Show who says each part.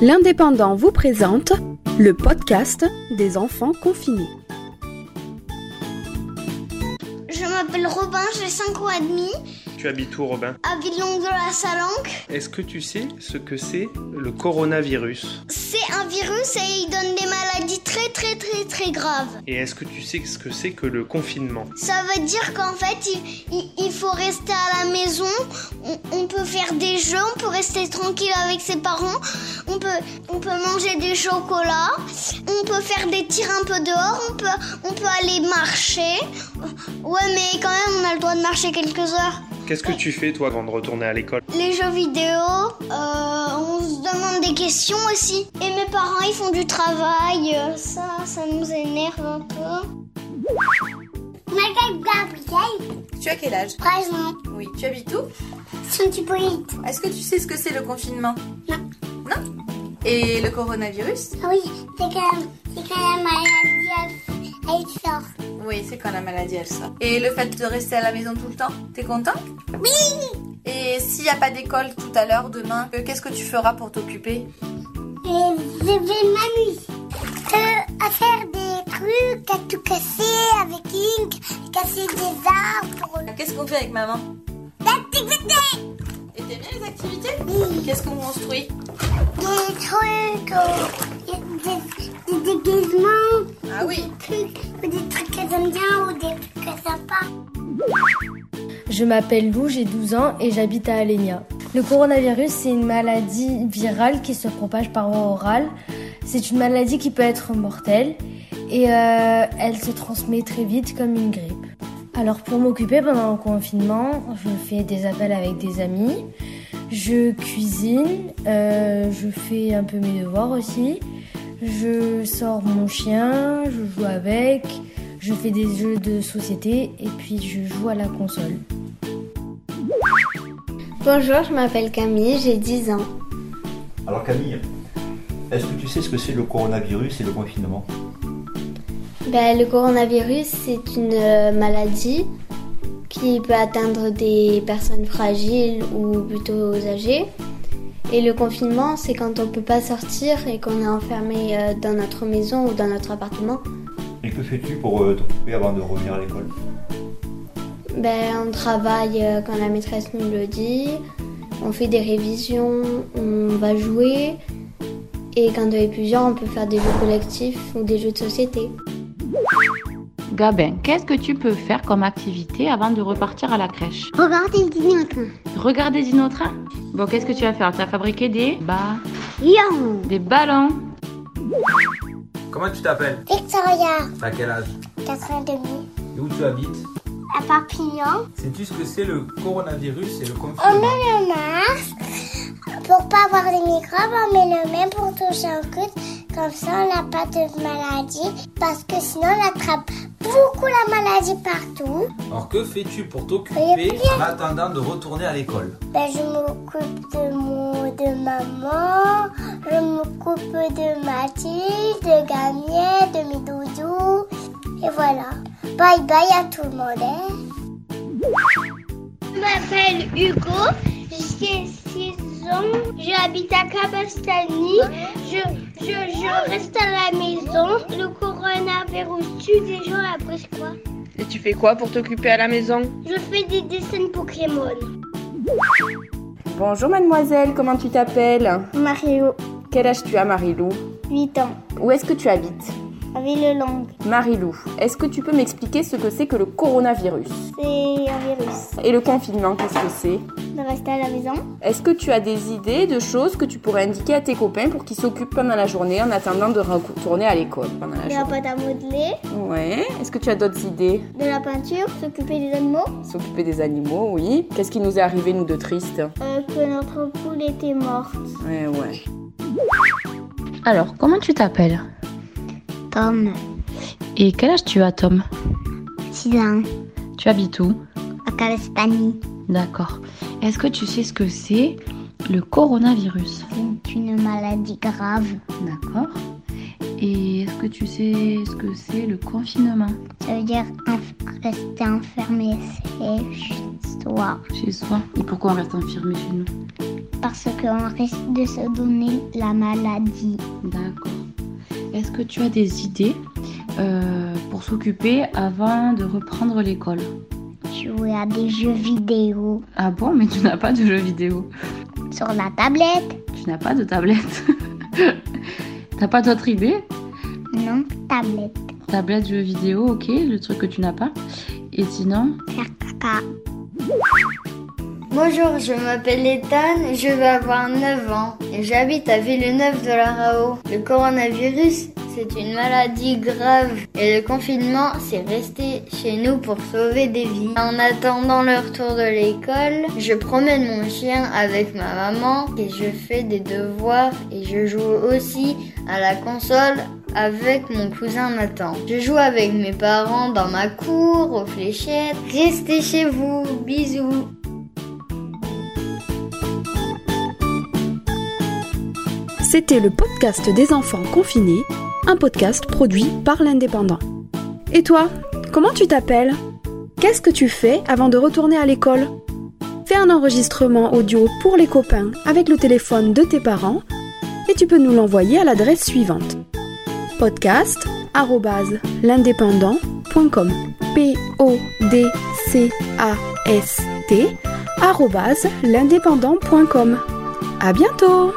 Speaker 1: L'Indépendant vous présente le podcast des enfants confinés.
Speaker 2: Je m'appelle Robin, j'ai 5 ans et demi,
Speaker 3: Tu habites où, Robin
Speaker 2: à Villon de la Salanque.
Speaker 3: Est-ce que tu sais ce que c'est le coronavirus
Speaker 2: C'est un virus et il donne des maladies très très très très graves.
Speaker 3: Et est-ce que tu sais ce que c'est que le confinement
Speaker 2: Ça veut dire qu'en fait, il, il- il faut rester à la maison, on, on peut faire des jeux, on peut rester tranquille avec ses parents, on peut, on peut manger du chocolat, on peut faire des tirs un peu dehors, on peut, on peut aller marcher. Ouais, mais quand même, on a le droit de marcher quelques heures.
Speaker 3: Qu'est-ce que tu fais, toi, avant de retourner à l'école
Speaker 2: les jeux vidéo, euh, on se demande des questions aussi. Et mes parents, ils font du travail, euh, ça, ça nous énerve un peu. Madame Gabrielle,
Speaker 4: Tu as quel âge
Speaker 2: présent,
Speaker 4: Oui, tu habites où
Speaker 2: sont Hippolyte.
Speaker 4: Est-ce que tu sais ce que c'est le confinement Non Et le coronavirus
Speaker 2: Ah Oui, c'est quand même, c'est quand même maladie, elle sort.
Speaker 4: Oui, c'est quand la maladie elle sort. Et le fait de rester à la maison tout le temps, t'es content Oui Et s'il n'y a pas d'école tout à l'heure, demain, euh, qu'est-ce que tu feras pour t'occuper
Speaker 2: Et je vais m'amuser Euh, à faire des trucs, à tout casser avec Ink, casser des arbres.
Speaker 4: Euh, Qu'est-ce qu'on fait avec maman
Speaker 2: L'activité,
Speaker 4: Et t'aimes bien les activités Qu'est-ce qu'on construit
Speaker 2: des trucs, euh, des, des déguisements.
Speaker 4: Ah oui
Speaker 2: trucs, ou des trucs que j'aime bien, ou des trucs que j'aime pas.
Speaker 5: Je m'appelle Lou, j'ai 12 ans et j'habite à Alenia. Le coronavirus, c'est une maladie virale qui se propage par voie orale. C'est une maladie qui peut être mortelle et euh, elle se transmet très vite comme une grippe. Alors pour m'occuper pendant le confinement, je fais des appels avec des amis, je cuisine, euh, je fais un peu mes devoirs aussi, je sors mon chien, je joue avec, je fais des jeux de société et puis je joue à la console.
Speaker 6: Bonjour, je m'appelle Camille, j'ai 10 ans.
Speaker 7: Alors Camille, est-ce que tu sais ce que c'est le coronavirus et le confinement
Speaker 6: Ben, le coronavirus, c'est une euh, maladie qui peut atteindre des personnes fragiles ou plutôt âgées. Et le confinement, c'est quand on ne peut pas sortir et qu'on est enfermé euh, dans notre maison ou dans notre appartement.
Speaker 7: Et que fais-tu pour euh, t'occuper avant de revenir à l'école
Speaker 6: Ben, on travaille euh, quand la maîtresse nous le dit, on fait des révisions, on va jouer. Et quand on est plusieurs, on peut faire des jeux collectifs ou des jeux de société.
Speaker 8: Gabin, qu'est-ce que tu peux faire comme activité avant de repartir à la crèche
Speaker 2: Regardez le dîner
Speaker 8: Regarder Dinotrain Bon, qu'est-ce que tu vas faire Tu vas fabriquer des bas,
Speaker 2: Yo
Speaker 8: des ballons.
Speaker 9: Comment tu t'appelles
Speaker 2: Victoria,
Speaker 9: T'as quel âge
Speaker 2: 4 ans et demi.
Speaker 9: Et où tu habites
Speaker 2: À Perpignan,
Speaker 9: Sais-tu ce que c'est le coronavirus et le
Speaker 2: on
Speaker 9: confinement
Speaker 2: met le masque pour pas avoir des microbes, on met le même pour toucher un coude. Comme ça, on n'a pas de maladie parce que sinon, on attrape beaucoup la maladie partout.
Speaker 9: Alors que fais-tu pour
Speaker 2: Il y a
Speaker 9: t'occuper en attendant de retourner à l'école
Speaker 2: Ben, je m'occupe de, mon, de maman, je m'occupe de Mathilde, de Gamier, de mes doudous. Et voilà. Bye bye à tout le monde. hein. Je m'appelle Hugo, j'ai 6 ans, j'habite à Cabastany. Je, je, je reste à la maison. Le coronavirus tue des gens après quoi
Speaker 10: Et tu fais quoi pour t'occuper à la maison
Speaker 2: Je fais des dessins Pokémon.
Speaker 10: Bonjour mademoiselle, comment tu t'appelles
Speaker 2: Mario,
Speaker 10: Quel âge tu as Marilou
Speaker 2: 8 ans,
Speaker 10: Où est-ce que tu habites
Speaker 2: à Ville-Longue.
Speaker 10: Marilou, est-ce que tu peux m'expliquer ce que c'est que le coronavirus
Speaker 2: C'est un virus.
Speaker 10: Et le confinement, qu'est-ce que c'est
Speaker 2: De rester à la maison.
Speaker 10: Est-ce que tu as des idées de choses que tu pourrais indiquer à tes copains pour qu'ils s'occupent pendant la journée en attendant de retourner à l'école pendant la
Speaker 2: De la
Speaker 10: journée
Speaker 2: pâte à modeler.
Speaker 10: Ouais. Est-ce que tu as d'autres idées
Speaker 2: De la peinture. S'occuper des animaux.
Speaker 10: S'occuper des animaux, oui. Qu'est-ce qui nous est arrivé, nous, de triste
Speaker 2: Euh, que notre poule était morte.
Speaker 10: Ouais, ouais.
Speaker 8: Alors, comment tu t'appelles
Speaker 6: Tom,
Speaker 8: Et quel âge tu as, Tom
Speaker 6: 6 ans.
Speaker 8: Tu habites où
Speaker 6: à Cavespanie.
Speaker 8: D'accord. Est-ce que tu sais ce que c'est le coronavirus
Speaker 6: C'est une maladie grave.
Speaker 8: D'accord. Et est-ce que tu sais ce que c'est le confinement
Speaker 6: Ça veut dire enf- rester enfermé chez soi
Speaker 8: chez soi Et pourquoi on reste enfermé chez nous
Speaker 11: parce qu'on risque de se donner la maladie.
Speaker 8: D'accord. Est-ce que tu as des idées euh, pour s'occuper avant de reprendre l'école
Speaker 11: Jouer à des jeux vidéo
Speaker 8: Ah bon, mais tu n'as pas de jeux vidéo.
Speaker 11: sur la tablette.
Speaker 8: Tu n'as pas de tablette. T'as pas d'autre idée
Speaker 11: Non, tablette.
Speaker 8: Tablette, jeux vidéo, ok, le truc que tu n'as pas. Et sinon,
Speaker 11: Caca.
Speaker 2: Bonjour, je m'appelle Ethan, je vais avoir 9 ans et j'habite à Villeneuve de la Rao. Le coronavirus, c'est une maladie grave et le confinement, c'est rester chez nous pour sauver des vies. En attendant le retour de l'école, je promène mon chien avec ma maman et je fais des devoirs et je joue aussi à la console avec mon cousin Nathan. Je joue avec mes parents dans ma cour, aux fléchettes. Restez chez vous, bisous
Speaker 1: C'était le podcast des enfants confinés, un podcast produit par l'indépendant. Et toi, comment tu t'appelles Qu'est-ce que tu fais avant de retourner à l'école Fais un enregistrement audio pour les copains avec le téléphone de tes parents et tu peux nous l'envoyer à l'adresse suivante podcast@l'indépendant.com p o d c a s t arobase l'indépendant.com. À bientôt.